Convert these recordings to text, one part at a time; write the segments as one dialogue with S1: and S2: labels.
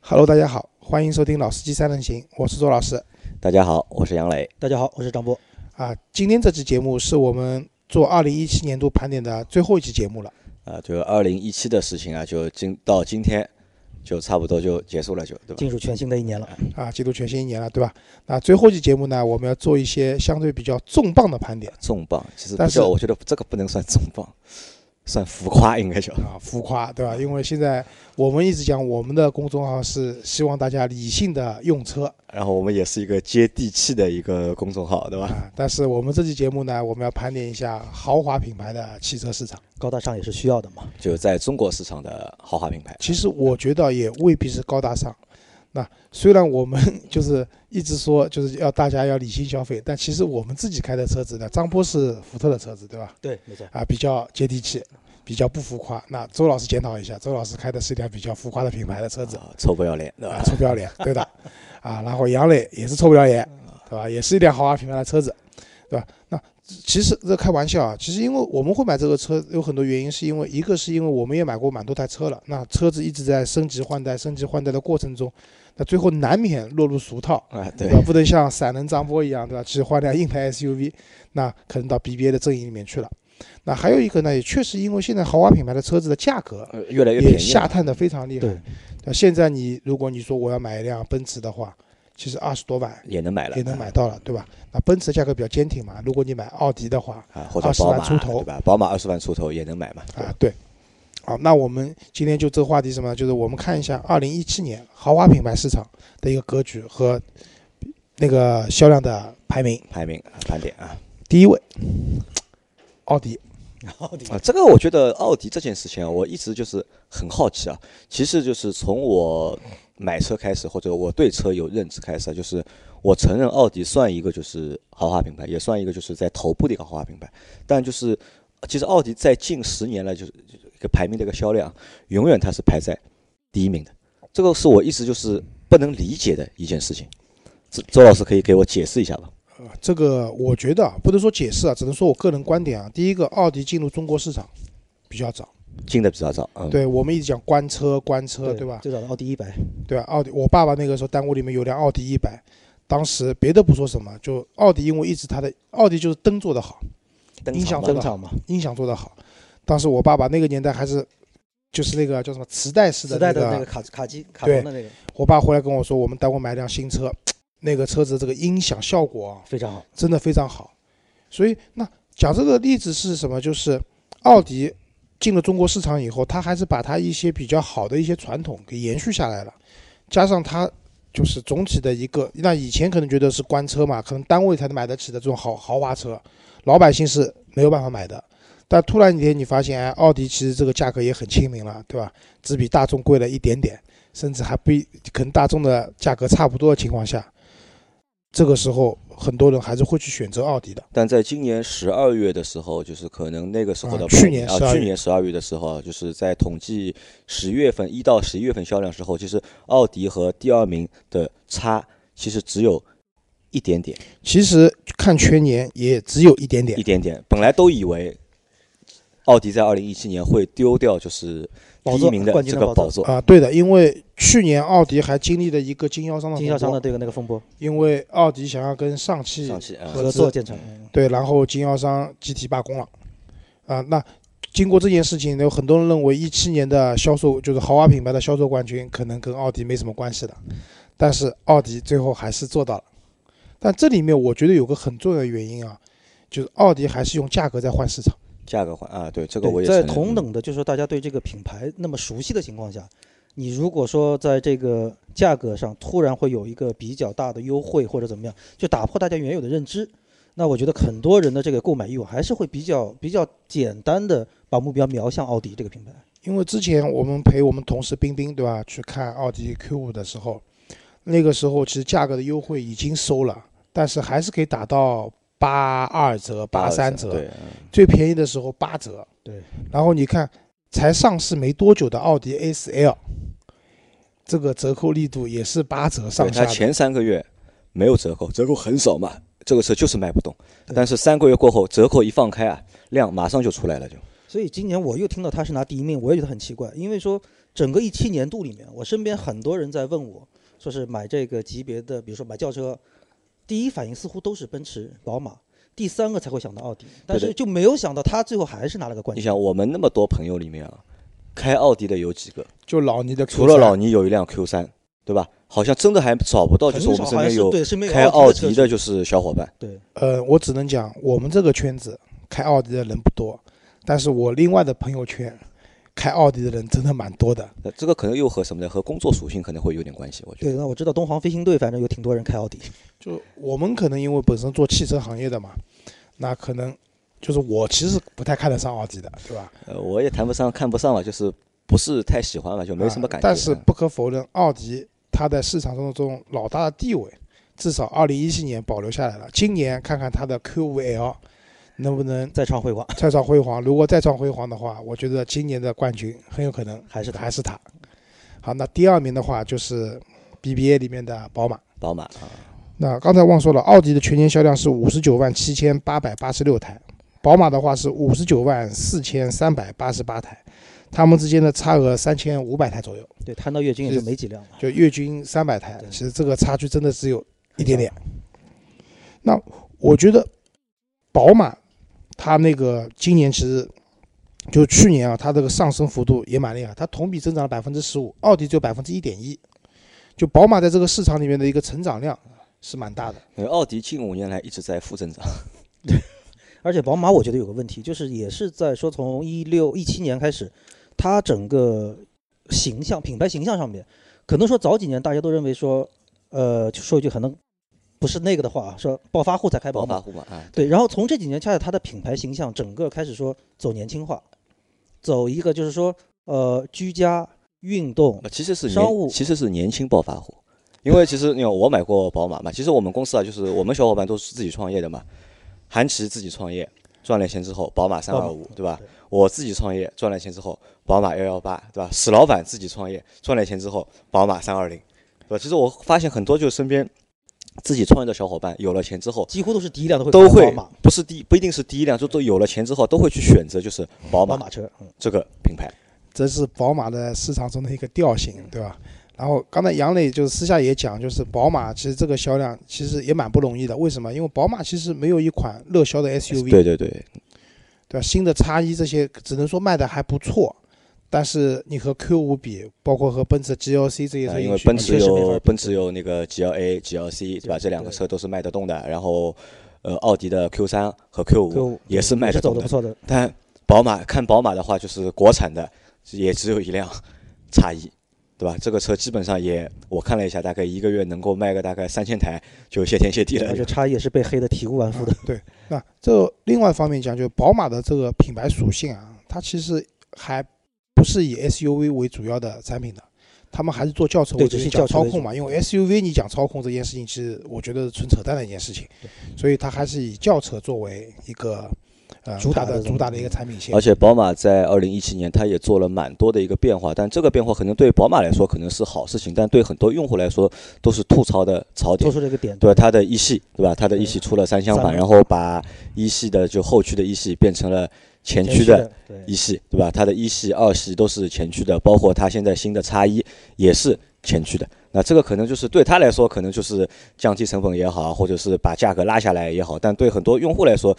S1: Hello，大家好，欢迎收听《老司机三人行》，我是周老师
S2: 大家好，我是杨磊。
S3: 大家好，我是张波。
S1: 啊。今天这期节目是我们做2017年度盘点的最后一期节目了。
S2: 啊，就二零一七的事情啊，就今到今天就差不多就结束了就，对吧？
S3: 进入全新的一年了，
S1: 啊，进入全新一年了，对吧？那最后一期节目呢，我们要做一些相对比较重磅的盘点
S2: 重磅，其实不
S1: 但是
S2: 叫，我觉得这个不能算重磅， 算浮夸应该叫。
S1: 啊，浮夸，对吧？因为现在我们一直讲我们的公众号是希望大家理性的用车
S2: 然后我们也是一个接地气的一个公众号，对吧？
S1: 啊，但是我们这期节目呢，我们要盘点一下豪华品牌的汽车市场。
S3: 高大上也是需要的嘛。
S2: 就在中国市场的豪华品牌，
S1: 其实我觉得也未必是高大上。那虽然我们 就是一直说就是要大家要理性消费，但其实我们自己开的车子呢，张波是福特的车子，对吧？
S3: 对，没错。
S1: 啊，比较接地气，比较不浮夸。那周老师检讨一下，周老师开的是一辆比较浮夸的品牌的车子，
S2: 啊臭不要脸，对
S1: 啊
S2: 吧，？
S1: 臭不要脸，对的。啊，然后杨磊也是臭不要脸，对吧？也是一辆豪华品牌的车子，对吧？那其实这开玩笑啊，其实因为我们会买这个车有很多原因，是因为一个是因为我们也买过蛮多台车了，那车子一直在升级换代、升级换代的过程中，那最后难免落入俗套。
S2: 啊，
S1: 对
S2: 对
S1: 吧？不能像散人张波一样，对吧？只换辆硬派 SUV，那可能到 BBA 的阵营里面去了。那还有一个呢，也确实因为现在豪华品牌的车子的价格
S2: 呃越来越便
S1: 也
S2: 宜了
S1: 下探的非常厉害
S3: 对。
S1: 那现在你如果你说我要买一辆奔驰的话，其实二十多万
S2: 也能买了，
S1: 也能买到了，对吧？那奔驰的价格比较坚挺嘛，如果你买奥迪的话，
S2: 啊，或者
S1: 20
S2: 宝
S1: 万
S2: 马
S1: 出头
S2: 对吧？宝马二十万出头也能买嘛？对吧
S1: 啊，对。好，那我们今天就这个话题什么呢？就是我们看一下二零一七年豪华品牌市场的一个格局和那个销量的排名。
S2: 排名啊，盘点啊，
S1: 第一位，奥迪。
S3: 奥迪
S2: 啊，这个我觉得奥迪这件事情啊，我一直就是很好奇啊。其实就是从我买车开始，或者我对车有认知开始啊，就是我承认奥迪算一个就是豪华品牌，也算一个就是在头部的一个豪华品牌。但就是其实奥迪在近十年来就是就是一个排名的一个销量，永远它是排在第一名的。这个是我一直就是不能理解的一件事情。周周老师可以给我解释一下吧？
S1: 啊这个我觉得啊，不能说解释啊，只能说我个人观点啊。第一个，奥迪进入中国市场比较早，
S2: 进的比较早，嗯，
S1: 对我们一直讲官车，官车，对吧？
S3: 最早的奥迪一百，
S1: 对吧？奥迪，我爸爸那个时候单位里面有辆奥迪一百，当时别的不说什么，就奥迪，因为一直它的奥迪就是灯做得好，
S2: 登
S1: 音响
S2: 场嘛
S1: 真
S3: 登场嘛，
S1: 音响做得好。当时我爸爸那个年代还是就是那个叫什么磁带式的
S3: 时
S1: 那
S3: 代
S1: 个，
S3: 的那个卡卡机卡通的那个
S1: 我爸回来跟我说，我们单位买辆新车，那个车子这个音响效果啊
S3: 非常好。
S1: 真的非常好。所以那讲这个例子是什么？就是奥迪进了中国市场以后，它还是把它一些比较好的一些传统给延续下来了，加上它。就是总体的一个，那以前可能觉得是官车嘛，可能单位才能买得起的这种豪豪华车，老百姓是没有办法买的。但突然间你发现，哎，奥迪其实这个价格也很亲民了，对吧？只比大众贵了一点点，甚至还不一跟大众的价格差不多的情况下，这个时候很多人还是会去选择奥迪的。
S2: 但在今年十二月的时候，就是可能那个时候的
S1: 啊
S2: 报
S1: 去年
S2: 啊
S1: 12，月
S2: 去年十二月的时候啊，就是在统计十月份一到十一月份销量时候，其实奥迪和第二名的差其实只有一点点，
S1: 其实看全年也只有一点
S2: 一
S1: 点，
S2: 点点。本来都以为奥迪在二零一七年会丢掉就是第
S3: 宝
S2: 一
S3: 座
S2: 名的
S3: 冠军
S2: 这
S3: 的
S2: 个
S3: 宝
S2: 宝座，
S3: 座
S1: 啊、对的，因为去年奥迪还经历了一个经销商的
S3: 经销商
S1: 风
S3: 的
S1: 波，
S3: 这个那个风波
S1: 因为奥迪想要跟上汽
S2: 上汽啊
S1: 合资
S3: 合作建成，嗯
S1: 对，然后经销商集体罢工了，啊、那经过这件事情呢，有很多人认为一七年的销售就是豪华品牌的销售冠军可能跟奥迪没什么关系的，但是奥迪最后还是做到了。但这里面我觉得有个很重要的原因啊，就是奥迪还是用价格在换市场。
S2: 价格换啊，对这个我
S3: 对，
S2: 也
S3: 在
S2: 承认
S3: 同等的，就是说大家对这个品牌那么熟悉的情况下，你如果说在这个价格上突然会有一个比较大的优惠或者怎么样，就打破大家原有的认知，那我觉得很多人的这个购买欲望还是会比较比较简单的把目标瞄向奥迪这个品牌。
S1: 因为之前我们陪我们同事冰冰对吧去看奥迪 Q 五的时候，那个时候其实价格的优惠已经收了，但是还是可以打到八二折、八三折，
S2: 对，嗯
S1: 最便宜的时候八折。
S3: 对，
S1: 然后你看才上市没多久的奥迪 A 4 L，这个折扣力度也是八折上
S2: 对
S1: 下的
S2: 它前三个月没有折扣，折扣很少嘛，这个车就是卖不动。
S3: 对
S2: 但是三个月过后，折扣一放开啊，量马上就出来了就，
S3: 所以今年我又听到他是拿第一名，我也觉得很奇怪，因为说整个一七年度里面，我身边很多人在问我，说是买这个级别的，比如说买轿车，第一反应似乎都是奔驰、宝马，第三个才会想到奥迪，但
S2: 对
S3: 是
S2: 的
S3: 就没有想到他最后还是拿了个冠
S2: 你
S3: 军。
S2: 想，我们那么多朋友里面啊，开奥迪的有几个？
S1: 就老倪的 Q3，
S2: 除了老倪有一辆 Q 三，对吧？好像真的还找不到，就
S3: 很
S2: 是我们
S3: 少
S2: 身
S3: 好像
S2: 边
S3: 是
S2: 有
S3: 对身边有
S2: 开奥
S3: 车
S2: 迪
S3: 主
S2: 的，就是小伙伴。
S3: 对，
S1: 呃，我只能讲，我们这个圈子开奥迪的人不多，但是我另外的朋友圈开奥迪的人真的蛮多的。
S2: 那呃这个可能又和什么呢？和工作属性可能会有点关系，我觉得。
S3: 对，那我知道东航飞行队，反正有挺多人开奥迪。
S1: 就我们可能因为本身做汽车行业的嘛，那可能就是我其实不太看得上奥迪的，对吧？
S2: 呃，我也谈不上看不上吧，就是不是太喜欢吧，就没什么感
S1: 啊
S2: 觉。
S1: 但是不可否认，奥迪它在市场中的这种老大的地位，至少二零一七年保留下来了。今年看看它的 Q 五 L 能不能
S3: 再创辉煌，
S1: 再创辉煌。如果再创辉煌的话，我觉得今年的冠军很有可能
S3: 还是他
S1: 还是它。好，那第二名的话就是 BBA 里面的宝马。
S2: 宝马啊，
S1: 那刚才忘说了，奥迪的全年销量是五十九万七千八百八十六台，宝马的话是五十九万四千三百八十八台，它们之间的差额三千五百台左右，
S3: 对，摊到月经也是没几辆了。
S1: 就月均三百台
S3: 对。
S1: 其实这个差距真的只有一点点。那我觉得宝马它那个今年其实就去年啊，它这个上升幅度也蛮厉害，它同比增长了百分之十五，奥迪只有百分之一点一，就宝马在这个市场里面的一个成长量是蛮大的。
S2: 因为奥迪近五年来一直在负增长。
S3: 而且宝马我觉得有个问题，就是也是在说从一六一七年开始，它整个形象、品牌形象上面，可能说早几年大家都认为说，呃，就说一句可能不是那个的话啊，说暴发户才开
S2: 宝
S3: 宝马
S2: 马、，虎马啊，
S3: 对，然后从这几年恰恰它的品牌形象整个开始说走年轻化，走一个就是说呃居家运动
S2: 呃，其实是
S3: 商务
S2: 年，其实是年轻暴发户，因为其实你看我买过宝马嘛，其实我们公司啊，就是我们小伙伴都是自己创业的嘛，韩琦自己创业赚了钱之后，宝马三二五对吧？
S3: 对
S2: 我自己创业赚了钱之后，宝马幺幺八对吧？史老板自己创业赚了钱之后，宝马三二零对吧？其实我发现很多就是身边自己创业的小伙伴有了钱之后。
S3: 几乎都是第一辆都会
S2: 都
S3: 开
S2: 会
S3: 宝马
S2: 不是第一不一定是第一辆，就都有了钱之后都会去选择就是宝
S3: 宝
S2: 马
S3: 马车，嗯，
S2: 这个品牌。
S1: 这是宝马的市场中的一个调性，
S2: 嗯
S1: 对吧？然后刚才杨磊就是私下也讲，就是宝马其实这个销量其实也蛮不容易的，为什么？因为宝马其实没有一款热销的 SUV，
S2: 对对对，
S1: 对吧？新的叉一这些只能说卖的还不错，但是你和 Q 五比，包括和奔驰 GLC 这些车
S2: 啊，
S1: 型去比，
S2: 因为奔驰
S3: 确实没
S2: 有
S3: 法比
S2: 奔驰有那个 GLA、GLC 对吧？
S3: 对
S2: 这两个
S3: 对
S2: 车都是卖得动的。然后，呃，奥迪的 Q 三和 Q 五
S3: Q5
S2: 也是卖
S3: 也
S2: 得
S3: 是走
S2: 动的。
S3: 的不错的，
S2: 但宝马看宝马的话，就是国产的也只有一辆差异，对吧？这个车基本上也我看了一下，大概一个月能够卖个大概三千台，就谢天谢地了
S3: 而。且叉也是被黑的体无完肤的。
S1: 对，那这另外一方面讲，就是宝马的这个品牌属性啊，它其实还不是以 SUV 为主要的产品的，他们还是做轿车为
S3: 对
S1: 主，
S3: 只是
S1: 你
S3: 轿
S1: 讲
S3: 车
S1: 操
S3: 为
S1: 控嘛。因为 SUV 你讲操控这件事情，其实我觉得是纯扯淡的一件事情，所以它还是以轿车作为一个呃
S3: 主打
S1: 它
S3: 的
S1: 的
S3: 这种
S1: 主打的一个产品线
S2: 而。且宝马在二零一七年，它也做了蛮多的一个变化，但这个变化可能对宝马来说可能是好事情，但对很多用户来说都是吐槽的槽点
S3: 做。出这个点，
S2: 对它的一系，对吧？它的一系出了三厢版，
S3: 三
S2: 然后把一系的就后驱的一系变成了前驱的
S3: 的，对
S2: 一系，对吧？它的一系、二系都是前驱的，包括它现在新的叉一也是前驱的。那这个可能就是对它来说，可能就是降低成本也好，或者是把价格拉下来也好，但对很多用户来说，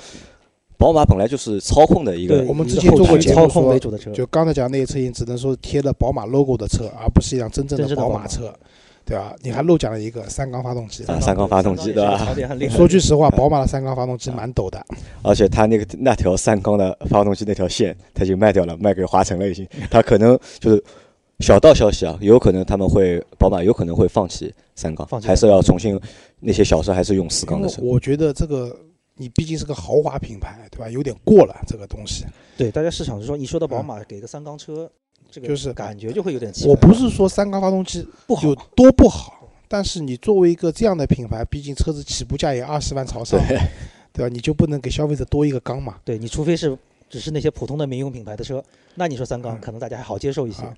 S2: 宝马本来就是操控的一
S3: 对
S2: 个
S3: 一
S1: 我们
S3: 个
S1: 之前
S3: 后
S1: 做过
S3: 驱
S1: 节目
S3: 操控
S1: 说
S3: 为主的车，
S1: 就刚才讲那些车型，只能说是贴了宝马 logo 的车，而不是一辆真正
S3: 真
S1: 的
S3: 正的
S1: 宝
S3: 宝
S1: 马
S3: 马
S1: 车，对吧？你还漏讲了一个三缸发动机。
S2: 啊三缸发动机对吧
S3: 槽点很厉 害。
S1: 说句实 话，宝马的三缸发动
S3: 啊
S1: 机蛮陡的，
S2: 而且它那个那条三缸的发动机那条线，它已经卖掉了，卖给华晨了已经。它可能就是小道消息啊，有可能他们会宝马有可能会放弃三缸
S3: 放，弃
S2: 还是要重新那些小车还是用四缸
S1: 因
S2: 的
S1: 为
S2: 车。
S1: 我觉得这个你毕竟是个豪华品牌，对吧？有点过了这个东西。
S3: 对，大家市场是说，你说到
S2: 嗯
S3: 宝马给个三缸车，这个
S1: 就是
S3: 感觉就会有点奇怪。
S1: 我不是说三缸发动机
S3: 不好
S1: 有，多不好，但是你作为一个这样的品牌，毕竟车子起步价也二十万朝上，
S2: 对
S1: 对吧？你就不能给消费者多一个缸嘛？
S3: 对你除非是只是那些普通的民用品牌的车，那你说三缸
S1: 嗯
S3: 可能大家还好接受一些。
S1: 啊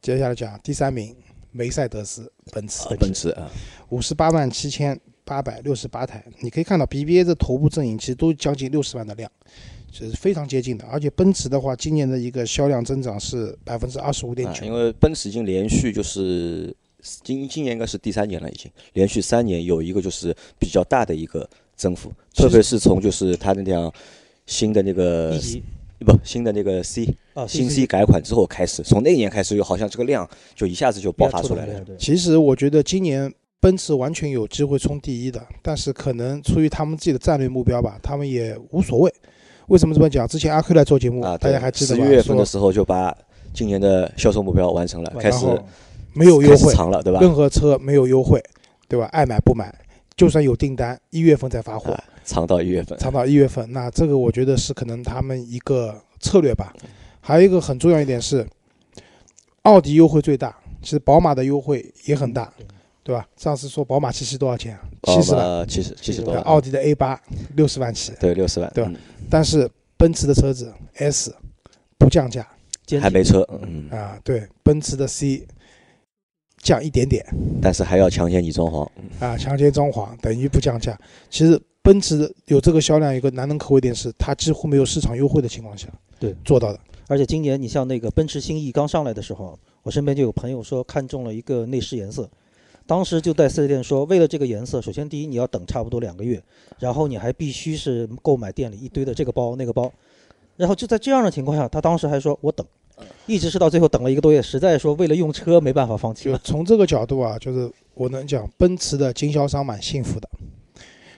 S1: 接下来讲第三名，梅赛德斯奔驰，
S2: 奔驰啊，
S1: 五十八万七千八百六十八台。你可以看到 BBA 的头部阵营其实都将近六十万的量，是非常接近的。而且奔驰的话，今年的一个销量增长是百分之二十五点
S2: 啊，
S1: 九
S2: 因，为奔驰已经连续就是今今年应该是第三年了，已经连续三年有一个就是比较大的一个增幅，
S1: 其实
S2: 特别是从就是它那辆新的那个
S3: 一级
S2: 不新的那个 C
S3: 啊，
S2: 哦新 C 改款之后开始，从那一年开始，又好像这个量就一下子就爆发出来了。
S3: 对，
S1: 其实我觉得今年奔驰完全有机会冲第一的，但是可能出于他们自己的战略目标吧，他们也无所谓。为什么这么讲？之前阿 Q 来做节目，
S2: 啊，
S1: 大家还记得
S2: 十
S1: 吧？
S2: 一月份
S1: 说
S2: 的时候就把今年的销售目标完成了，
S3: 完
S2: 开
S1: 然
S2: 始
S1: 后没有优
S2: 开始
S1: 惠，
S2: 长了，对吧？
S1: 任何车没有优惠，对吧？爱买不买，就算有订单，一月份再发货，
S2: 啊，长到一月份。
S1: 长到一月份。那这个我觉得是可能他们一个策略吧。还有一个很重要一点是，奥迪优惠最大，其实宝马的优惠也很大，
S2: 嗯
S1: 对吧？上次说宝马七系多少钱啊？七十万。
S2: 万，哦七十七十多
S1: 对
S2: 万，
S1: 呃奥迪的 A 八六十万起，
S2: 对六十万，
S1: 对吧
S2: 嗯
S1: 但是奔驰的车子 S 不降价
S3: 坚
S2: 还
S3: 挺
S2: 没车，嗯，
S1: 啊，对，奔驰的 C 降一点点
S2: 但是还要强奸你装潢，
S1: 啊，强奸装潢等于不降价。其实奔驰的有这个销量，有个难能可贵点是，它几乎没有市场优惠的情况下，
S3: 对
S1: 做到的。
S3: 而且今年你像那个奔驰新 E 刚上来的时候，我身边就有朋友说看中了一个内饰颜色，当时就在四 S 店说，为了这个颜色，首先第一你要等差不多两个月，然后你还必须是购买店里一堆的这个包那个包，然后就在这样的情况下，他当时还说我等，一直是到最后等了一个多月，实在说为了用车没办法放弃
S1: 就
S3: 了。
S1: 从这个角度啊，就是我能讲，奔驰的经销商蛮幸福的。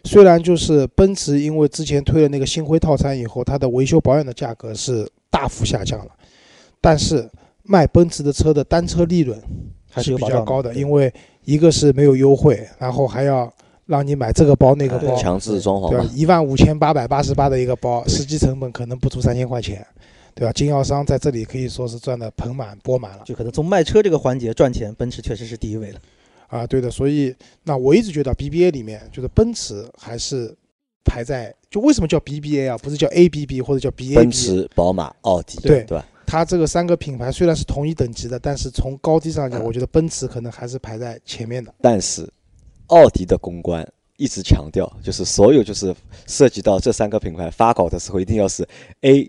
S1: 虽然就是奔驰，因为之前推了那个星辉套餐以后，它的维修保养的价格是大幅下降了，但是卖奔驰的车的单车利润
S3: 还是
S1: 是
S3: 有
S1: 比
S3: 保障
S1: 较
S3: 的
S1: 高的，
S3: 对
S1: 因为一个是没有优惠，然后还要让你买这个包那个
S2: 啊
S1: 包，
S2: 强制装潢
S1: 对吧啊
S2: 嘛，？
S1: 一万五千八百八十八的一个包，实际成本可能不足三千块钱，对吧？经销商在这里可以说是赚的盆满钵满了。
S3: 就可能从卖车这个环节赚钱，奔驰确实是第一位的。
S1: 啊，对的，所以那我一直觉得啊 BBA 里面就是奔驰还是排在，就为什么叫 BBA 啊，不是叫 ABB 或者叫 BAB？
S2: 奔驰、宝马、奥迪，
S1: 对
S2: 对吧？
S1: 它这个三个品牌虽然是同一等级的，但是从高低上讲，
S2: 嗯
S1: 我觉得奔驰可能还是排在前面的。
S2: 但是奥迪的公关一直强调，就是所有就是涉及到这三个品牌发稿的时候，一定要是 A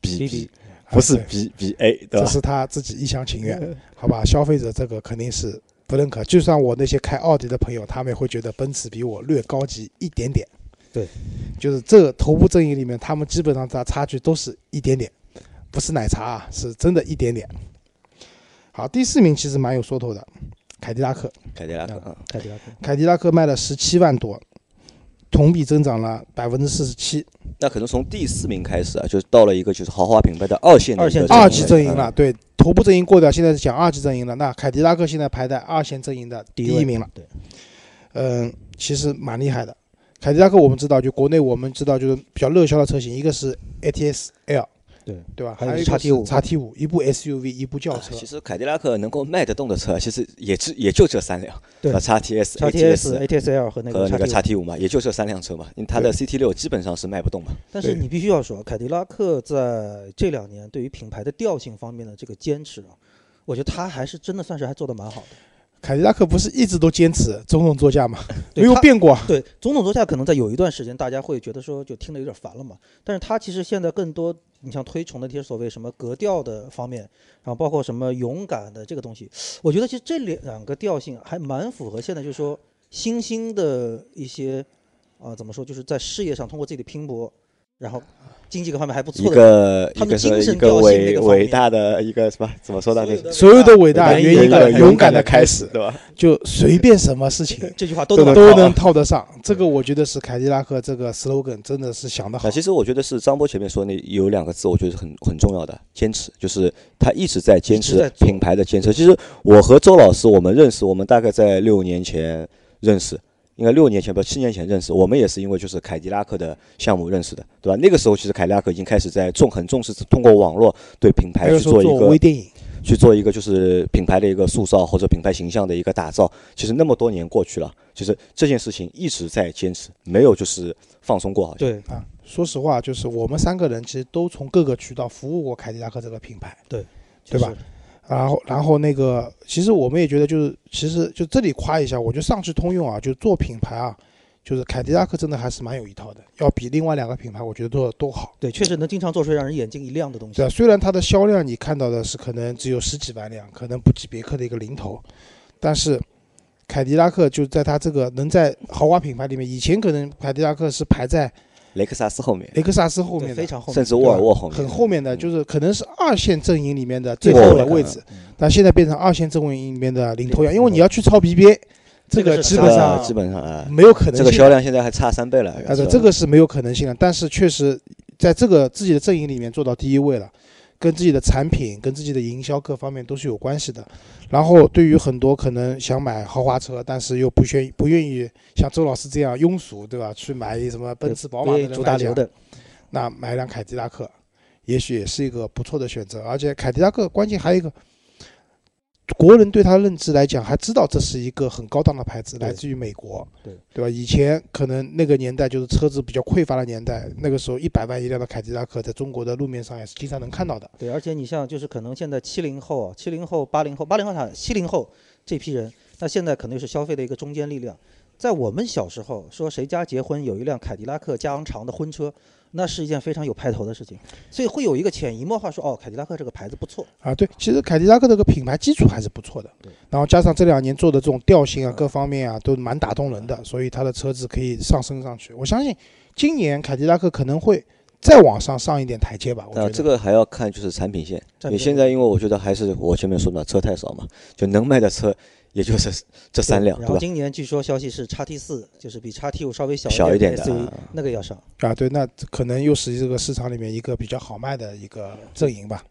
S2: B B，
S1: 啊
S2: 不是
S1: 对
S2: B B A，对
S1: 这
S2: 吧？
S1: 是他自己一厢情愿，好吧？消费者这个肯定是不认可。就算我那些开奥迪的朋友，他们也会觉得奔驰比我略高级一点点。
S3: 对，
S1: 就是这个头部阵营里面，他们基本上差差距都是一点点，不是奶茶啊，是真的一点点。好，第四名其实蛮有说头的，凯迪拉克。
S2: 凯迪拉克，嗯
S3: 凯迪拉克
S1: 凯迪拉克卖了十七万多，同比增长了百分之四十七，
S2: 那可能从第四名开始啊，就是到了一个就是豪华品牌的二线的
S3: 二
S2: 一个
S3: 线
S2: 这个
S1: 二级啊阵营
S2: 嗯
S1: 了。对，头部阵营过掉，现在是讲二级阵营了。那凯迪拉克现在排在二线阵营的第
S3: 位
S1: 一名了。
S3: 对，
S1: 嗯，其实蛮厉害的。凯迪拉克我们知道，就国内我们知道就是比较热销的车型，一个是 ATS L，
S3: 对
S1: 对吧？
S3: 还有
S1: 有一
S3: 是
S1: 个
S3: XT5
S1: 叉 T 五，一部 SUV，一部轿
S2: 啊
S1: 车。
S2: 其实凯迪拉克能够卖得动的车，其实也只也就这三辆，
S3: 对
S2: 叉 T S、
S3: ，X T S、A T S L 和那
S2: 和
S3: 个
S2: 那
S3: X
S2: 个
S3: T
S2: 叉 T 五嘛，也就这三辆车嘛，因为它的 CT 六基本上是卖不动嘛。
S3: 但是
S1: 对
S3: 你必须要说，凯迪拉克在这两年对于品牌的调性方面的这个坚持啊，我觉得他还是真的算是还做得蛮好的。
S1: 凯迪拉克不是一直都坚持总统座驾吗？ 没
S3: 对
S1: 有
S3: 他
S1: 变过啊。
S3: 对总统座驾可能在有一段时间大家会觉得说就听得有点烦了嘛，但是他其实现在更多你像推崇的这些所谓什么格调的方面，然后包括什么勇敢的这个东西，我觉得其实这两个调性还蛮符合现在就是说新兴的一些啊、怎么说就是在事业上通过自己的拼搏，然后经济各方面还不
S2: 一
S3: 错的人。
S2: 个
S3: 他
S2: 一
S3: 们
S2: 个
S3: 精
S2: 是一
S3: 神
S2: 个
S3: 调性那
S2: 伟
S3: 个方面
S2: 伟大的一个什么怎么说呢？
S3: 所
S2: 那
S3: 有的
S2: 个
S1: 所有的伟大
S2: 源
S1: 源于
S2: 于
S1: 个
S2: 勇
S1: 敢
S2: 的
S1: 开
S2: 始，。对吧？
S1: 就随便什么事情
S3: 这句话都
S1: 都
S3: 能
S1: 都
S3: 套啊
S1: 能套得上。这个我觉得是凯迪拉克这个 slogan 真的是想得好
S2: 啊，。其实我觉得是张波前面说那有两个字，我觉得是很很重要的，坚持，就是他一直在坚
S3: 一直
S2: 持
S3: 在做
S2: 品牌的坚持。其实我和周老师我们认识，我们大概在六年前认识，应该六年前不七年前认识，我们也是因为就是凯迪拉克的项目认识的，对吧？那个时候其实凯迪拉克已经开始在重很重视通过网络对品
S1: 还
S2: 牌
S1: 有
S2: 去
S1: 说
S2: 做一
S1: 做
S2: 个
S1: 微电影，
S2: 去做一个就是品牌的一个塑造或者品牌形象的一个打造。其实那么多年过去了，就是这件事情一直在坚持，没有就是放松过，好像。
S3: 对，
S1: 啊，说实话，就是我们三个人其实都从各个渠道服务过凯迪拉克这个品牌，对吧
S3: 就是？
S1: 然后然后那个，其实我们也觉得就是，其实就这里夸一下，我觉得上汽通用啊，就做品牌啊，就是凯迪拉克真的还是蛮有一套的，要比另外两个品牌我觉得都要都好。
S3: 对，确实能经常做出让人眼睛一亮的东西
S1: 对啊，。虽然它的销量你看到的是可能只有十几万辆，可能不及别克的一个零头，但是凯迪拉克就在它这个能在豪华品牌里面，以前可能凯迪拉克是排在
S2: 雷克萨斯后面，
S1: 雷克萨斯后
S3: 对
S1: 面
S3: 非
S1: 的，
S3: 常后
S2: 甚
S3: 面。嗯
S2: 至沃尔沃后面，
S1: 很后面的，
S2: 嗯
S1: 就是可能是二线阵营里面的
S3: 最
S1: 最
S3: 后
S1: 后
S3: 的
S1: 的位
S2: 可能
S1: 置，但现在变成二线阵营里面的领头羊，因为
S3: 嗯
S1: 你要去超 BBA，这
S3: 这个
S1: 个
S3: 是
S1: 基
S2: 这
S1: 本
S2: 个
S1: 上
S2: 基本上啊，
S1: 没有可能
S2: 这
S1: 性
S2: 个
S1: 的。
S2: 销量现在还差三倍了。
S1: 啊，对，
S2: 原
S1: 这
S2: 车
S1: 个是没有可能性的，但是确实在这个自己的阵营里面做到第一位了，跟自己的产品、跟自己的营销各方面都是有关系的。然后对于很多可能想买豪华车，但是又不愿不愿意像周老师这样庸俗，对吧？去买一什么奔
S3: 对
S1: 驰、宝
S3: 不
S1: 马
S3: 愿
S1: 的
S3: 意
S1: 人
S3: 主打
S1: 来讲
S3: 流的，
S1: 那买辆凯迪拉克，也许也是一个不错的选择。而且凯迪拉克关键还有一个，国人对它的认知来讲，还知道这是一个很高档的牌子，
S3: 对
S1: 来自于美国，
S3: 对
S1: 吧？以前可能那个年代就是车子比较匮乏的年代，那个时候一百万一辆的凯迪拉克在中国的路面上也是经常能看到的。
S3: 对，而且你像就是可能现在七零后啊，七零后、八零后、八零后啥，七零后这批人，那现在可能又是消费的一个中坚力量。在我们小时候，说谁家结婚有一辆凯迪拉克加昂长的婚车，那是一件非常有派头的事情，所以会有一个潜移默化说，哦，凯迪拉克这个牌子不错，
S1: 啊，对，其实凯迪拉克这个品牌基础还是不错的
S3: 对，
S1: 然后加上这两年做的这种调性
S2: 嗯
S1: 啊，各方面啊都蛮打动人的，所以它的车子可以上升上去。我相信今年凯迪拉克可能会再往上上一点台阶吧。我觉
S2: 那
S1: 得
S2: 啊这个还要看就是产品线。
S3: 占
S2: 你
S3: 比
S2: 现在因为我觉得还是我前面说的车太少嘛，就能卖的车也就是这三辆，
S3: 然
S2: 对
S3: 后
S2: 吧？
S3: 今年据说消息是 x T 四，就是比 x T 五稍微小
S2: 小一点的
S3: SUV，
S2: 啊
S3: 那个要上。
S1: 啊，对，那可能又是这个市场里面一个比较好卖的一个阵营吧。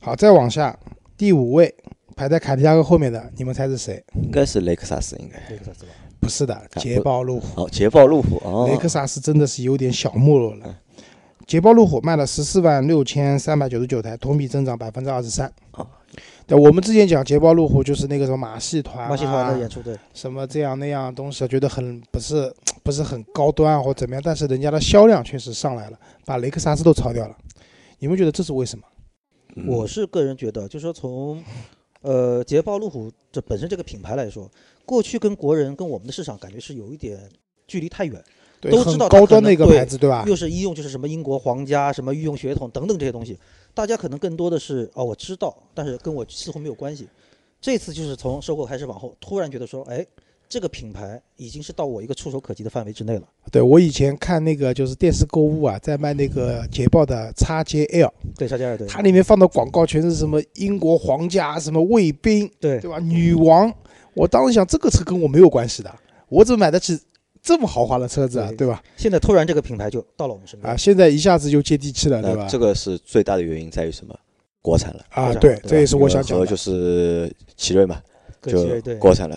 S1: 好，再往下，第五位排在凯迪拉克后面的，你们猜是谁？
S2: 应该是雷克萨斯，应该。
S3: 雷克萨斯吧，
S1: 不是的，
S2: 啊不
S1: 捷豹路虎。
S2: 好，捷豹路虎哦，
S1: 雷克萨斯真的是有点小没落
S2: 嗯
S1: 了。捷豹路虎卖了十四万六千三百九十九台，同比增长百分之二十三
S2: 哦。
S1: 对，我们之前讲捷豹路虎就是那个什么马戏团、啊、
S3: 马戏团的演出队，
S1: 什么这样那样的东西，觉得很不是不是很高端啊或怎么样，但是人家的销量确实上来了，把雷克萨斯都超掉了。你们觉得这是为什么？
S2: 嗯
S3: 我是个人觉得，就是说从，呃，捷豹路虎这本身这个品牌来说，过去跟国人跟我们的市场感觉是有一点距离太远，
S1: 对，
S3: 都知
S1: 很
S3: 道它
S1: 高
S3: 可
S1: 端
S3: 能
S1: 的一个
S3: 对
S1: 牌子，对吧？
S3: 又是医用就是什么英国皇家什么御用血统等等这些东西，大家可能更多的是哦我知道，但是跟我似乎没有关系。这次就是从收购开始往后，突然觉得说，哎，这个品牌已经是到我一个触手可及的范围之内了。
S1: 对我以前看那个就是电视购物啊，在卖那个捷豹的 XJL，
S3: 对，沙加尔对，
S1: 它里面放的广告全是什么英国皇家、什么卫兵，
S3: 对
S1: 对吧？女王，我当时想这个车跟我没有关系的，我怎么买得起这么豪华的车子啊
S3: 对，
S1: 对吧？
S3: 现在突然这个品牌就到了我们身边
S1: 啊，。现在一下子就接地气了，对
S2: 那
S1: 吧
S2: 这？个是最大的原因在于什么？国产了，
S1: 啊，
S3: 对
S1: 对，
S3: 吧
S1: 这也是我想
S2: 和
S1: 讲的
S2: 就。是奇瑞嘛，
S3: 跟奇瑞
S2: 就
S3: 对，
S2: 国产了。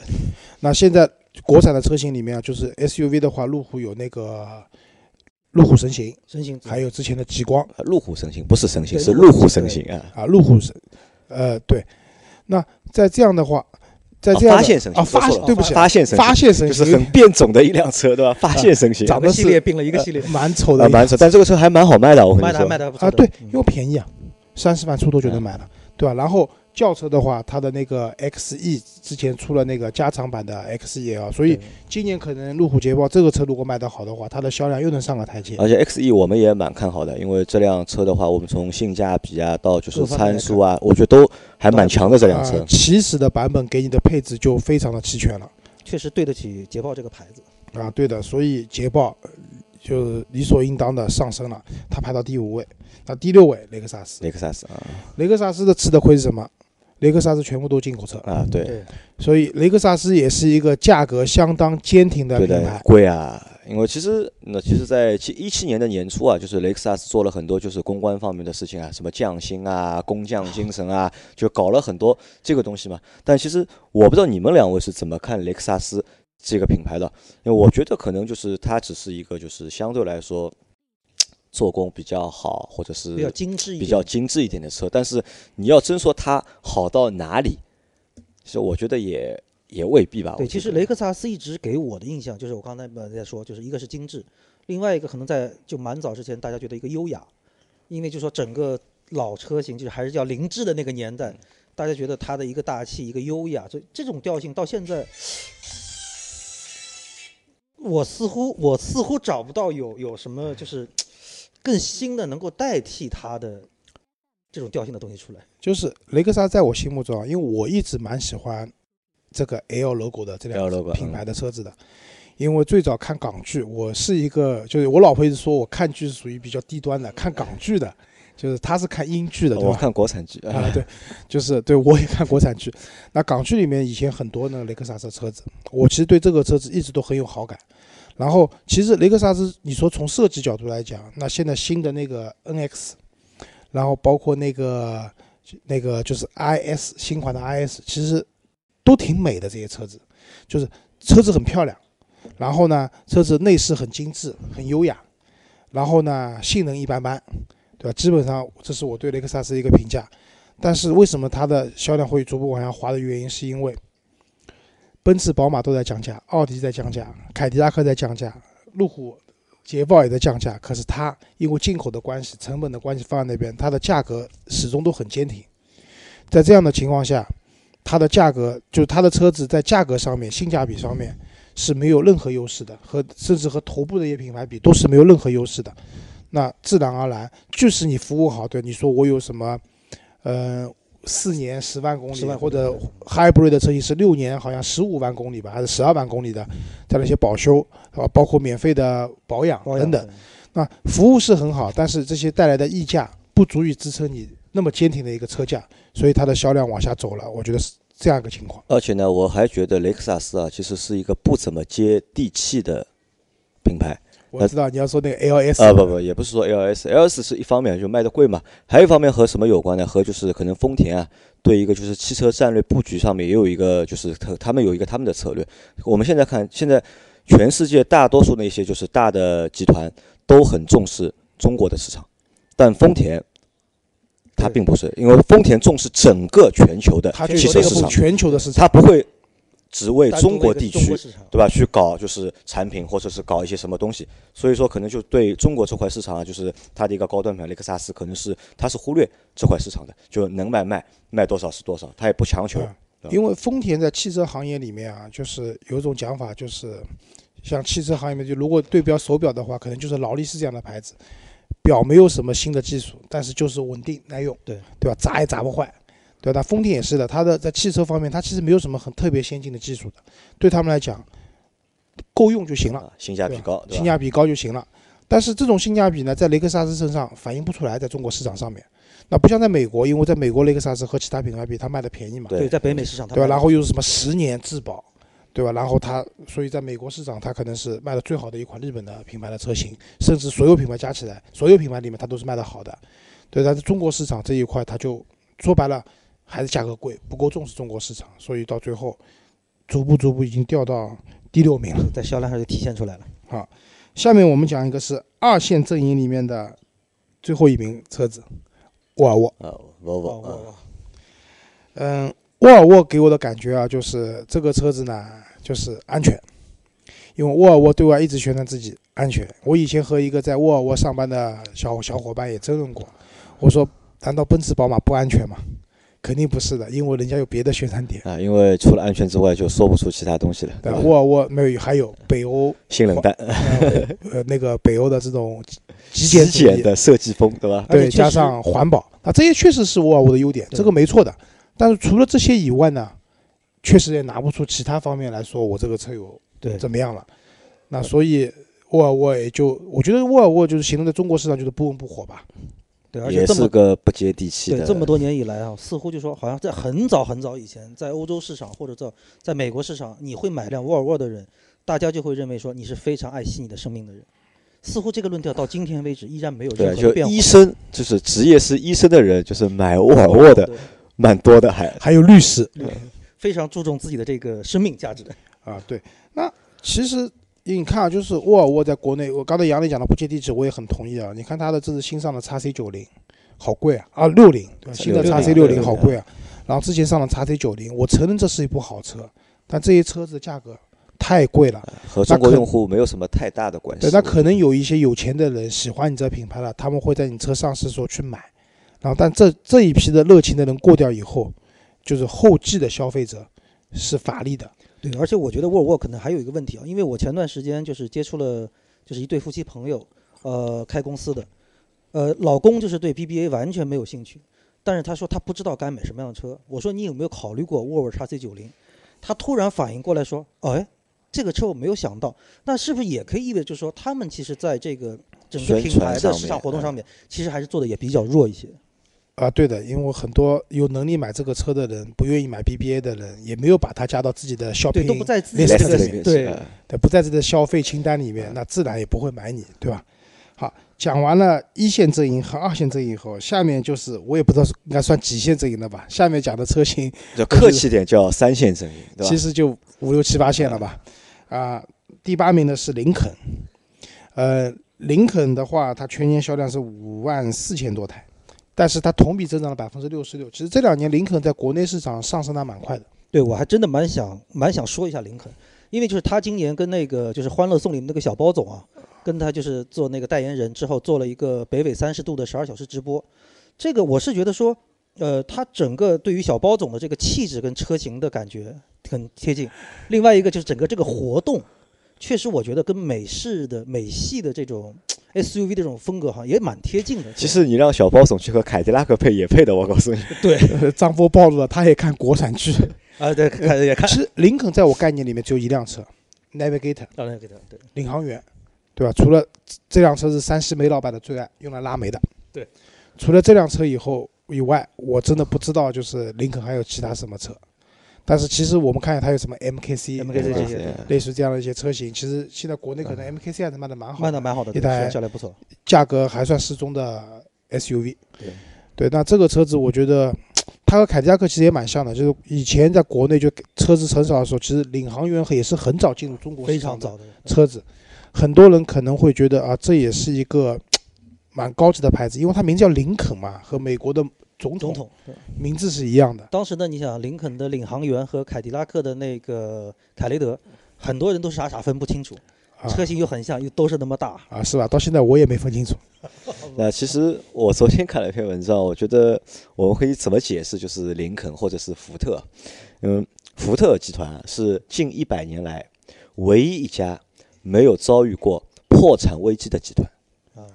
S1: 那现在国产的车型里面啊，就是 SUV 的话，路虎有那个路虎神行，
S3: 身
S2: 嗯
S3: 形
S1: 还有之前的极光
S2: 呃路虎神行不是神行，
S3: 对
S2: 是
S3: 路虎
S2: 路虎神
S3: 对
S2: 行啊。
S1: 啊，路虎神，呃，对。那在这样的话，在
S2: 哦
S1: 这样的
S2: 发现神行
S1: 啊，发
S2: 说错了
S1: 对不起，
S2: 发现神
S1: 发
S2: 行
S1: 现神
S2: 就是
S1: 行
S2: 很变种的一辆车， 对吧？发现神行
S1: 长
S3: 两个
S1: 得
S3: 系
S1: 是
S3: 列并了一个系列，
S1: 蛮丑的
S2: 啊，
S1: 一个
S2: 蛮丑，但这个车还蛮好卖的，我跟
S3: 卖
S2: 你
S3: 的还卖
S2: 说。
S3: 的还不错
S1: 啊，
S3: 的
S1: 对，
S3: 嗯
S1: 因为便宜啊，三十万出头就能买了，对吧？然后轿车的话，它的那个 XE 之前出了那个加长版的 XEL，所以
S3: 对
S1: 今年可能路虎捷豹这个车如果卖得好的话，它的销量又能上个台阶。
S3: 啊
S2: 而且 X E 我们也蛮看好的，因为这辆车的话，我们从性价比啊到就是
S3: 各方面来
S2: 参数啊，我觉得都还蛮强的。这辆车
S1: 啊，起始的版本给你的配置就非常的齐全了
S3: 确实对得起捷豹这个牌子。
S1: 啊，对的，所以捷豹呃就理所应当的上升了，它排到第五位。那第六位雷克萨斯，
S2: 雷克萨斯啊
S1: 雷克萨斯的吃的亏是什么？雷克萨斯全部都进口车，
S2: 啊，对
S3: 对，
S1: 所以雷克萨斯也是一个价格相当坚挺的
S2: 对
S1: 品
S2: 的
S1: 牌，。
S2: 贵啊。因为其实那其实，在七一七年的年初啊，就是雷克萨斯做了很多就是公关方面的事情啊，什么降薪啊、工匠精神啊，就搞了很多这个东西嘛。但其实我不知道你们两位是怎么看雷克萨斯这个品牌的，因为我觉得可能就是它只是一个就是相对来说做工比较好，或者是
S3: 比较精致一点，
S2: 比较精致一点的车，但是你要真说它好到哪里，其实我觉得也也未必吧。
S3: 对，
S2: 我
S3: 其
S2: 觉
S3: 实
S2: 得
S3: 雷克萨斯一直给我的印象就是我刚才呃在说，就是一个是精致，另外一个可能在就蛮早之前大家觉得一个优雅，因为就说整个老车型就是还是叫凌志的那个年代，大家觉得它的一个大气一个优雅，所以这种调性到现在。我似乎我似乎找不到有有什么就是更新的能够代替它的这种调性的东西出来。
S1: 就是雷克萨斯在我心目中啊，因为我一直蛮喜欢这个 L logo 的这两
S2: L
S1: 个
S2: logo，
S1: 品
S2: 嗯
S1: 牌的车子的，因为最早看港剧，我是一个就是我老婆一直说我看剧是属于比较低端的，看港剧的，就是她是看英剧的，对
S2: 我
S1: 吧？
S2: 看国产剧，
S1: 啊，对，就是对我也看国产剧。那港剧里面以前很多呢雷克萨斯的车子，我其实对这个车子一直都很有好感。然后其实雷克萨斯，你说从设计角度来讲，那现在新的那个 NX，然后包括那个那个就是 IS 新款的 IS，其实都挺美的这些车子，就是车子很漂亮，然后呢车子内饰很精致，很优雅，然后呢性能一般般。对吧？基本上这是我对雷克萨斯的一个评价。但是为什么它的销量会逐步往下滑的原因，是因为奔驰、宝马都在降价，奥迪在降价，凯迪拉克在降价，路虎、捷豹也在降价。可是它因为进口的关系、成本的关系放在那边，它的价格始终都很坚挺。在这样的情况下，它的价格就是它的车子在价格上面、性价比上面是没有任何优势的，和甚至和头部的一些品牌比都是没有任何优势的。那自然而然，就是你服务好，对你说我有什么，呃，四年十万公里
S3: 10万
S1: 或
S3: 公里
S1: 者 hybrid 的车型是六年，好像十五万公里吧，还是十二万公里的，这样的一些保修啊，包括免费的保养
S3: 包养
S1: 等等。
S3: 的
S1: 那服务是很好，但是这些带来的溢价不足以支撑你那么坚挺的一个车价，所以它的销量往下走了，我觉得是这样一个情况。
S2: 而且呢，我还觉得雷克萨斯啊，其实是一个不怎么接地气的品牌。
S1: 我知道你要说那个 LS
S2: 啊，不不，也不是说 LS，LS 是一方面就卖的贵嘛，还有一方面和什么有关呢？和就是可能丰田啊，对一个就是汽车战略布局上面也有一个就是他他们有一个他们的策略。我们现在看，现在全世界大多数那些就是大的集团都很重视中国的市场，但丰田。它
S1: 对
S2: 并不是，因为丰田重视整个全球的
S1: 它就
S2: 汽
S1: 有
S2: 车
S1: 那
S2: 市
S1: 个
S2: 场，
S1: 全球的市场，
S2: 它不会只为
S3: 单独
S2: 中
S3: 为
S2: 国
S3: 一个
S2: 地
S3: 中
S2: 区
S3: 国市场
S2: 对吧？去搞就是产品，或者是搞一些什么东西，所以说可能就对中国这块市场啊，就是它的一个高端品牌雷克萨斯，可能是它是忽略这块市场的，就能卖卖卖多少是多少，它也不强求。
S3: 啊
S1: 嗯因为丰田在汽车行业里面啊，就是有一种讲法，就是像汽车行业里面，就如果对标手表的话，可能就是劳力士这样的牌子，表没有什么新的技术，但是就是稳定耐用，
S3: 对
S1: 对吧？砸也砸不坏，对吧？那丰田也是的，它的在汽车方面，它其实没有什么很特别先进的技术的，对他们来讲，够用就行了。
S2: 啊，性价比高，对
S1: 性
S2: 吧？
S1: 价比高就行了。但是这种性价比呢，在雷克萨斯身上反映不出来，在中国市场上面，那不像在美国，因为在美国雷克萨斯和其他品牌比，它卖的便宜嘛，
S3: 对，在北
S2: 嗯
S3: 美市场它
S1: 对吧？
S3: 卖
S1: 然后又是什么十年质保，对吧？然后它，所以在美国市场，它可能是卖的最好的一款日本的品牌的车型，甚至所有品牌加起来，所有品牌里面它都是卖的好的，对。但是中国市场这一块，它就说白了还是价格贵，不够重视中国市场，所以到最后逐步逐步已经掉到第六名了。
S3: 在销量上就体现出来了。
S1: 下面我们讲一个是二线阵营里面的最后一名车子，沃尔沃。
S2: 啊，Volvo 啊，
S3: 哦
S1: 嗯，沃尔沃给我的感觉啊，就是这个车子呢，就是安全，因为沃尔沃对外一直宣传自己安全。我以前和一个在沃尔沃上班的小小伙伴也争论过，我说难道奔驰、宝马不安全吗？肯定不是的，因为人家有别的宣传点。
S2: 啊，因为除了安全之外，就说不出其他东西了，
S1: 对
S2: 对
S3: 啊
S1: 吧？
S2: 吧？
S1: 沃尔沃没有，还有北欧
S2: 性冷淡，
S1: 呃呃那个北欧的这种极
S2: 极
S1: 简主义
S2: 简的设计风，对吧？
S3: 而且
S1: 对，
S3: 确
S1: 加
S3: 实
S1: 上环保，那啊这些确实是沃尔沃的优点，
S3: 对
S1: 这个没错的。但是除了这些以外呢，确实也拿不出其他方面来说我这个车有
S3: 对，
S1: 怎么样了。那所以沃尔沃也就，我觉得沃尔沃就是形容在中国市场就是不温不火吧。
S3: 对，而且
S2: 也
S3: 这
S2: 是
S3: 么
S2: 个不接地气
S3: 对
S2: 的，
S3: 这么多年以来啊，似乎就说好像在很早很早以前，在欧洲市场或者在在美国市场，你会买辆沃尔沃的人，大家就会认为说你是非常爱惜你的生命的人。似乎这个论调到今天为止依然没有
S2: 对，啊
S3: 任何
S2: 就
S3: 的变化。
S2: 医生就是职业是医生的人，就是买沃尔沃的
S3: 对
S2: 蛮多的，还
S1: 还有律师
S3: 非常注重自己的这个生命价值的。
S1: 啊，对。那其实你看啊，就是沃尔沃在国内，我刚才杨磊讲的不接地气，我也很同意啊。你看它的这次新上的 x C 九零，好贵啊，啊六零，对吧新的 x C 六
S2: 60
S1: 零好贵啊。然后之前上的 x C 九零，我承认这是一部好车，但这些车子的价格太贵了。
S2: 和中国
S1: 那可
S2: 用户没有什么太大的关系。
S1: 对，那可能有一些有钱的人喜欢你这品牌了，他们会在你车上市的时候去买。然后，但这这一批的热情的人过掉以后，就是后继的消费者是乏力的。
S3: 对，而且我觉得沃尔沃可能还有一个问题啊，因为我前段时间就是接触了，就是一对夫妻朋友，呃，开公司的，呃，老公就是对 BBA 完全没有兴趣，但是他说他不知道该买什么样的车。我说你有没有考虑过沃尔沃 x C 9 0他突然反应过来说，哦哎，这个车我没有想到，那是不是也可以意味着就是说他们其实在这个整个
S2: 宣
S3: 品
S2: 传
S3: 牌的
S2: 上
S3: 市场
S2: 面
S3: 活动
S2: 嗯
S3: 上面，其实还是做的也比较弱一些。
S1: 啊，对的，因为很多有能力买这个车的人，不愿意买 BBA 的人，也没有把它加到自己的 shopping，
S3: 对，都不在自己
S1: list
S3: 的
S1: 这个
S3: 这
S1: list
S3: 个对
S1: 对不在自己的消费清单里面，
S3: 嗯
S1: 那自然也不会买你，对吧？好，讲完了一线阵营和二线阵营以后，下面就是我也不知道是应该算几线阵营了吧？下面讲的车型
S2: 就客气点叫三线阵营，对
S1: 其
S2: 吧？
S1: 实就五六七八线了吧？啊、第八名的是林肯，呃，林肯的话，它全年销量是五万四千多台，但是它同比增长了百分之六十六。其实这两年林肯在国内市场上升的蛮快的。
S3: 对，我还真的蛮想蛮想说一下林肯，因为就是他今年跟那个就是《欢乐颂》里面那个小包总啊，跟他就是做那个代言人之后，做了一个北纬三十度的十二小时直播。这个我是觉得说，呃，他整个对于小包总的这个气质跟车型的感觉很贴近。另外一个就是整个这个活动，确实我觉得跟美式的美系的这种 SUV 的这种风格哈也蛮贴近的。
S2: 其实你让小包总去和凯迪拉克配也配的，我告诉你，
S3: 对，
S1: 张波暴露了，他也看国产剧。
S3: 啊对，看也 看
S1: 其实林肯在我概念里面只有一辆车，Navigator
S3: 当然给他对。
S1: 领航员，对吧？除了这这辆车是山西煤老板的最爱，用来拉煤的。
S3: 对，
S1: 除了这辆车以后以外，我真的不知道就是林肯还有其他什么车。但是其实我们看一下它有什么 MKC、
S3: MKC
S1: 对吧
S3: 这些嗯
S1: 类似这样的一些车型，其实现在国内可能 MKC 还是卖的蛮好
S3: 卖
S1: 的，
S3: 的蛮好的，
S1: 一
S3: 对
S1: 台
S3: 销量不错。
S1: 价格还算适中的 SUV。
S2: 对
S1: 对，那这个车子我觉得它和凯迪拉克其实也蛮像的，就是以前在国内就车子很少的时候，其实领航员也是很早进入中国
S3: 非
S1: 市
S3: 常
S1: 场的
S3: 早的
S1: 车子，很多人可能会觉得啊，这也是一个蛮高级的牌子，因为它名字叫林肯嘛，和美国的总统
S3: 总统。
S1: 名字是一样的。
S3: 当时呢，你想林肯的领航员和凯迪拉克的那个凯雷德，很多人都傻傻分不清楚，
S1: 啊
S3: 车型又很像，又都是那么大。
S1: 啊，是吧？到现在我也没分清楚。
S2: 那其实我昨天看了一篇文章，我觉得我们可以怎么解释，就是林肯或者是福特，嗯，福特集团啊是近一百年来唯一一家没有遭遇过破产危机的集团。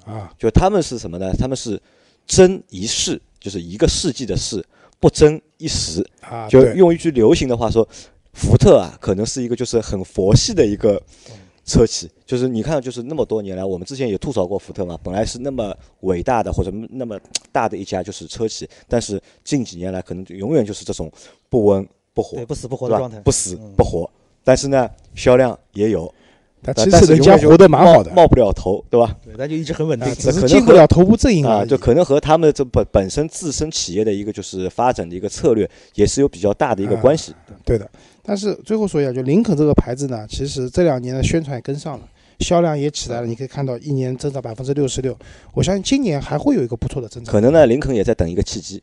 S1: 啊，
S2: 就他们是什么呢？他们是争一世，就是一个世纪的世，不争一时。
S1: 啊，
S2: 就
S1: 对
S2: 用一句流行的话说，福特啊，可能是一个就是很佛系的一个
S3: 嗯
S2: 车企。就是你看，就是那么多年来，我们之前也吐槽过福特嘛，本来是那么伟大的或者那么大的一家就是车企，但是近几年来可能就永远就是这种不温不火
S3: 对，，不死不活
S2: 对
S3: 的
S2: 吧？
S3: 状态。
S2: 不死
S3: 嗯
S2: 不活，但是呢，销量也有，
S1: 但
S2: 但
S1: 其
S2: 但
S1: 实
S2: 是
S1: 人
S2: 永
S1: 家
S2: 远就
S1: 活得蛮好的，
S2: 冒不了头，对吧？
S3: 对，但就一直很稳定
S1: 啊，。只
S2: 可
S1: 是
S2: 能
S1: 进不
S2: 和
S1: 了头部阵营
S2: 啊，
S1: 而已
S2: 就。可能和他们这本本身自身企业的一个就是发展的一个策略，也是有比较大的一个
S1: 啊
S2: 关系。
S1: 对的，但是最后说一下，就林肯这个牌子呢，其实这两年的宣传也跟上了，销量也起来了。你可以看到，一年增长百分之六十六，我相信今年还会有一个不错的增长。
S2: 可能呢，林肯也在等一个契机，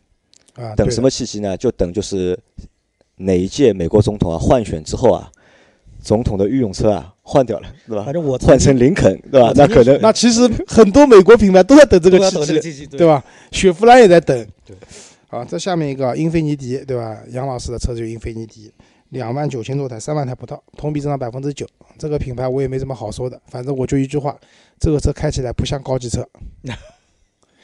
S1: 啊，
S2: 等
S1: 对
S2: 什
S1: 的
S2: 么契机呢？就等就是哪一届美国总统啊换选之后啊，总统的御用车啊换掉了，对吧
S3: 反？正我曾
S2: 换
S3: 经
S2: 成林肯，对吧
S1: 啊
S3: 我？
S2: 那
S3: 曾经
S2: 可能啊
S1: 那其实很多美国品牌都在等这
S3: 都
S1: 个
S3: 要
S1: 契
S3: 等这个
S1: 机，
S3: 契机，
S1: 对
S3: 吧？
S1: 吧？雪佛兰也在等。
S3: 对，
S1: 啊，这下面一个英菲尼迪，对吧？杨老师的车就英菲尼迪，两万九千多台，三万台不到，同比增长百分之九。这个品牌我也没什么好说的，反正我就一句话，这个车开起来不像高级车。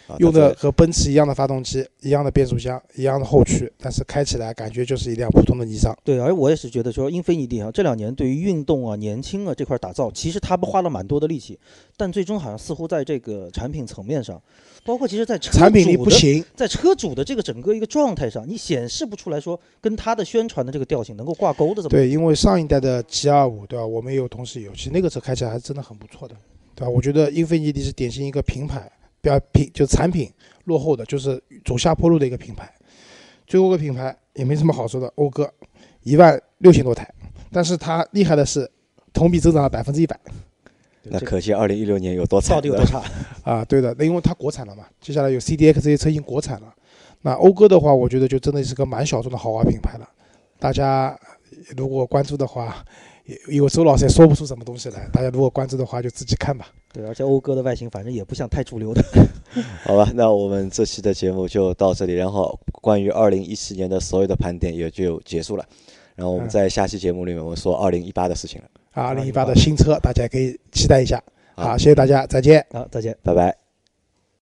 S2: 啊
S1: 用
S2: 那
S1: 的
S2: 这
S1: 和奔驰一样的发动机、一样的变速箱、一样的后驱，但是开起来感觉就是一辆普通的尼桑。
S3: 对，而我也是觉得说，英菲尼迪啊，这两年对于运动啊、年轻啊这块打造，其实他们花了蛮多的力气，但最终好像似乎在这个产品层面上，包括其实在车
S1: 产品力
S3: 主
S1: 不
S3: 的
S1: 行，
S3: 在车主的这个整个一个状态上，你显示不出来说跟他的宣传的这个调性能够挂钩的这么
S1: 对，因为上一代的 G 2 5对吧？我们也有同事有，其实那个车开起来还是真的很不错的，对吧？我觉得英菲尼迪是典型一个品牌，比较品就产品落后的，就是走下坡路的一个品牌。最后一个品牌也没什么好说的，讴歌一万六千多台，但是它厉害的是同比增长了百分之一百。
S2: 那可惜二零一六年有多惨，
S3: 到底有
S2: 对
S3: 多
S2: 吧
S3: 差？
S1: 啊，对的，那因为它国产了嘛，接下来有 CDX 这些车型国产了。那讴歌的话，我觉得就真的是个蛮小众的豪华品牌了。大家如果关注的话，也有周老师也说不出什么东西来。大家如果关注的话，就自己看吧。
S3: 对，而且讴歌的外形反正也不像太主流的。
S2: 好吧，那我们这期的节目就到这里，然后关于二零一七年的所有的盘点也就结束了。然后我们
S1: 嗯
S2: 在下期节目里面我们说二零一八的事情了，
S1: 啊，二零一八的新车，大家可以期待一下。
S2: 好
S1: 好，谢谢大家，再见。
S3: 啊，再见。
S2: 拜拜。